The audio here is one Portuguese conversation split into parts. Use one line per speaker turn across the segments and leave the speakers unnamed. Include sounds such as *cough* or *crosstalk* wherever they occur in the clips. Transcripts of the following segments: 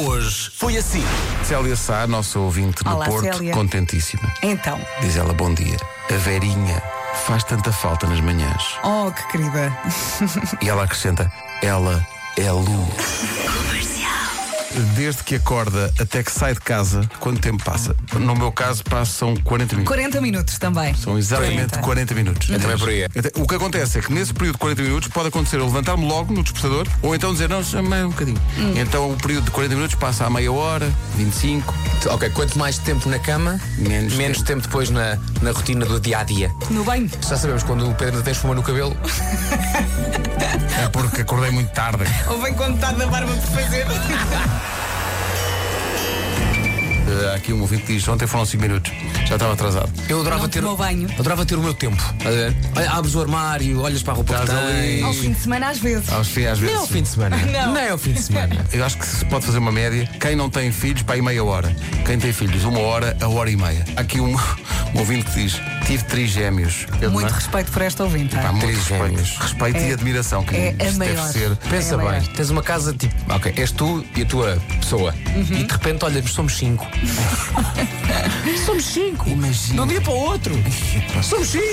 hoje foi assim. Célia Sá, nossa ouvinte do
Olá,
Porto,
Célia.
contentíssima.
Então,
Diz ela, bom dia. A Verinha faz tanta falta nas manhãs.
oh que querida.
E ela acrescenta, ela é luz. Desde que acorda até que sai de casa, quanto tempo passa? No meu caso, passam 40 minutos.
40 minutos também.
São exatamente 40,
40.
minutos.
também por aí.
Até- O que acontece é que nesse período de 40 minutos pode acontecer eu levantar-me logo no despertador ou então dizer, não, chamei um bocadinho.
Hum.
Então o período de 40 minutos passa a meia hora, 25.
Ok, quanto mais tempo na cama,
Menos
menos, tempo. depois na, na rotina do dia a dia.
No banho.
Já sabemos quando o Pedro ainda tem espuma no cabelo.
É porque acordei muito tarde.
Ou vem quando está da barba por fazer.
Eh, Há aqui um ouvinte que diz, ontem foram 5 minutos, já estava atrasado.
Eu adorava
Não
ter.
tomou banho.
Adorava ter o meu tempo. Estás a ver? Olha, abres o armário, olhas para a roupa que
Estás
*laughs*
tens.
Ao
ali.
fim de semana, às vezes.
Ah.
Aos fi- às vezes.
Não é o fim de semana.
Não.
é o fim
*laughs*
de semana.
*laughs* Eu acho que se pode fazer uma média. Quem não tem filhos, para aí meia hora. Quem tem filhos, uma hora a hora e meia. Há aqui um, um ouvinte que diz, tive três gêmeos. Eu
Muito
também.
respeito por esta ouvinte. tá?
Pá, muito
Três gêmeos.
respeito, respeito e
É-
admiração que
é a
isto deve
maior.
ser.
Pensa
É,
bem,
é.
tens uma casa tipo. Ok, és tu e a tua pessoa.
Uhum.
E de repente, olha, somos cinco. somos cinco.
Imagina.
De um dia para o outro. somos cinco.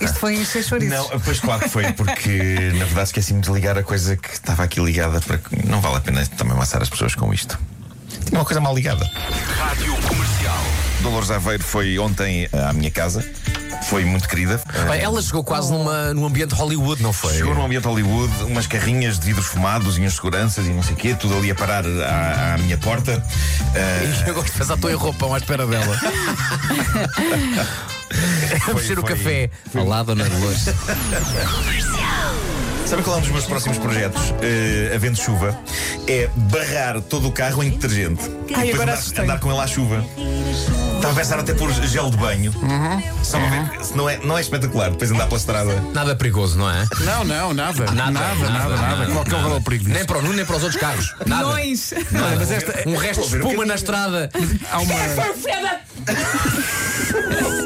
Isto foi encher chouriços.
Não, pois claro que foi, porque na verdade esqueci-me de ligar a coisa que estava aqui ligada para que não vale a pena também amassar as pessoas com isto. Tinha uma coisa mal ligada.
Rádio Comercial.
Dolores Aveiro foi ontem à minha casa, foi muito querida.
Bem, ela chegou quase
Oh.
numa, num ambiente Hollywood, não foi?
Chegou num ambiente Hollywood, umas carrinhas de vidros fumados e uns seguranças e não sei o quê, tudo ali a parar à, à
*laughs*
minha porta. Ah,
*laughs* Eu gosto de pensar estou em roupão à espera *laughs* dela. A mexer o
Eh, foi-
café. Olá, dona *laughs* Dolores.
Sabe qual é um dos meus próximos projetos, eh, havendo chuva? É barrar todo o carro em detergente.
Ai,
e depois
agora
andar,
assustei.
andar com ele à chuva. Estava a pensar até pôr gel de banho.
Uhum.
Só para ver. se Não é, não é espetacular, depois andar pela estrada.
Nada perigoso, não é?
Não, não, nada. Nada,
Nada,
nada, nada.
nada, nada.
Qual que é o valor perigo disso?
Nem para o Nuno, nem para os outros carros. Nada.
Nós.
Nada.
mas esta-
Um resto de espuma na estrada.
Há uma...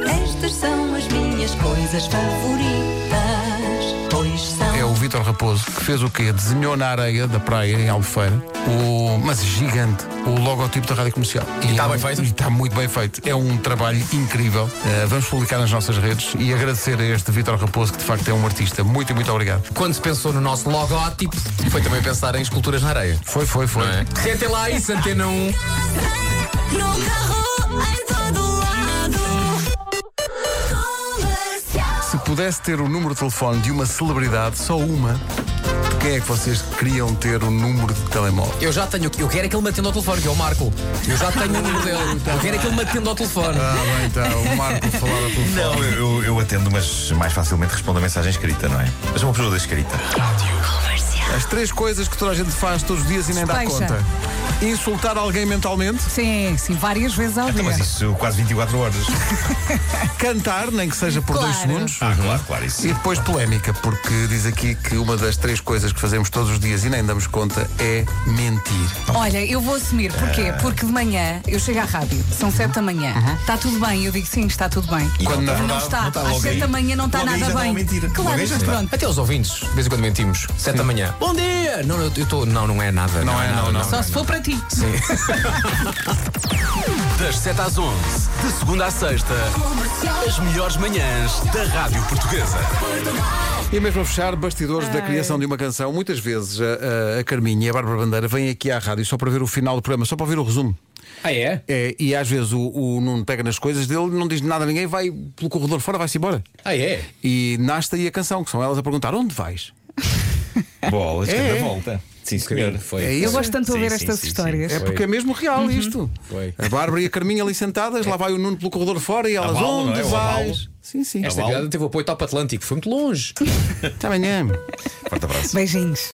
Estas são as minhas coisas favoritas, pois são.
É o Vítor Raposo que fez o quê? Desenhou na areia da praia em Albufeira, o, mas gigante, o logotipo da rádio comercial. E
está
é um-
tá bem feito?
E está muito bem feito. É um trabalho incrível. Eh, vamos publicar nas nossas redes e agradecer a este Vítor Raposo, que de facto é um artista. Muito e muito obrigado.
Quando se pensou no nosso logótipo, foi também pensar em esculturas na areia.
Foi, foi, foi.
Não é? Sentem lá isso, antena 1.
No carro, em todo lado. Comercial.
Se pudesse ter o número de telefone de uma celebridade, só uma, de quem é que vocês queriam ter o número de telemóvel?
Eu já tenho. Eu quero é que ele me atenda ao telefone, que é o Marco. Eu já tenho o número dele. Eu quero é que ele me atenda ao telefone.
Ah, bem, então, o Marco falar a telefone.
Não, eu, eu- eu atendo, mas mais facilmente respondo a mensagem escrita, não é? Mas sou uma pessoa da escrita.
Ah,
As três coisas que toda a gente faz todos os dias e nem dá
Despecha.
conta. Insultar alguém mentalmente,
Sim, sim, várias vezes ao
Então, mas
dia.
isso quase 24 horas.
cantar, nem que seja por dois
Claro.
segundos.
Ah, claro, claro, isso.
E depois polémica, porque diz aqui que uma das três coisas que fazemos todos os dias e nem damos conta é mentir.
Olha, eu vou assumir. Porquê?
Ah.
Porque de manhã eu chego à rádio, são 7 da manhã. Está tudo bem? Eu digo sim, está tudo bem.
E
Quando
não,
na
está,
Não
verdade,
está.
não está
Às
logo
7
aí.
da manhã não está
Logo aí
nada
já está a
bem.
mentir. Logo
Claro,
aí já
mas
está.
pronto.
Até os ouvintes, de vez em quando mentimos. Sete da manhã. Bom dia! Não, eu estou. Não, não é nada.
Não é,
nada,
não, não.
Só se for para ti.
Das 7 às 11, de segunda à sexta, as melhores manhãs da Rádio Portuguesa.
E mesmo a fechar, bastidores da criação de uma canção, muitas vezes a, a- a Carminha e a Bárbara Bandeira vêm aqui à rádio só para ver o final do programa, só para ouvir o resumo.
Ah, é?
É, e às vezes o, o Nuno pega nas coisas dele, não diz nada a ninguém, vai pelo corredor fora, vai-se embora.
Ah, é?
E nasce aí a canção, que são elas a perguntar onde vais?
*laughs* Bolas,
É,
cada
é.
volta. Sim, senhor.
Foi.
É
Eu
isso.
gosto tanto de
Sim,
ouvir
sim,
estas
sim, sim.
histórias.
É porque é mesmo real
Uhum.
isto.
Foi.
A Bárbara e a Carminha ali sentadas, lá vai o Nuno pelo corredor fora e elas
Abalo,
onde
não é? O É
vais?
abalo.
Sim, sim.
Esta piada teve o apoio Top Atlântico, foi muito longe.
Até amanhã.
Forte abraço.
Beijinhos.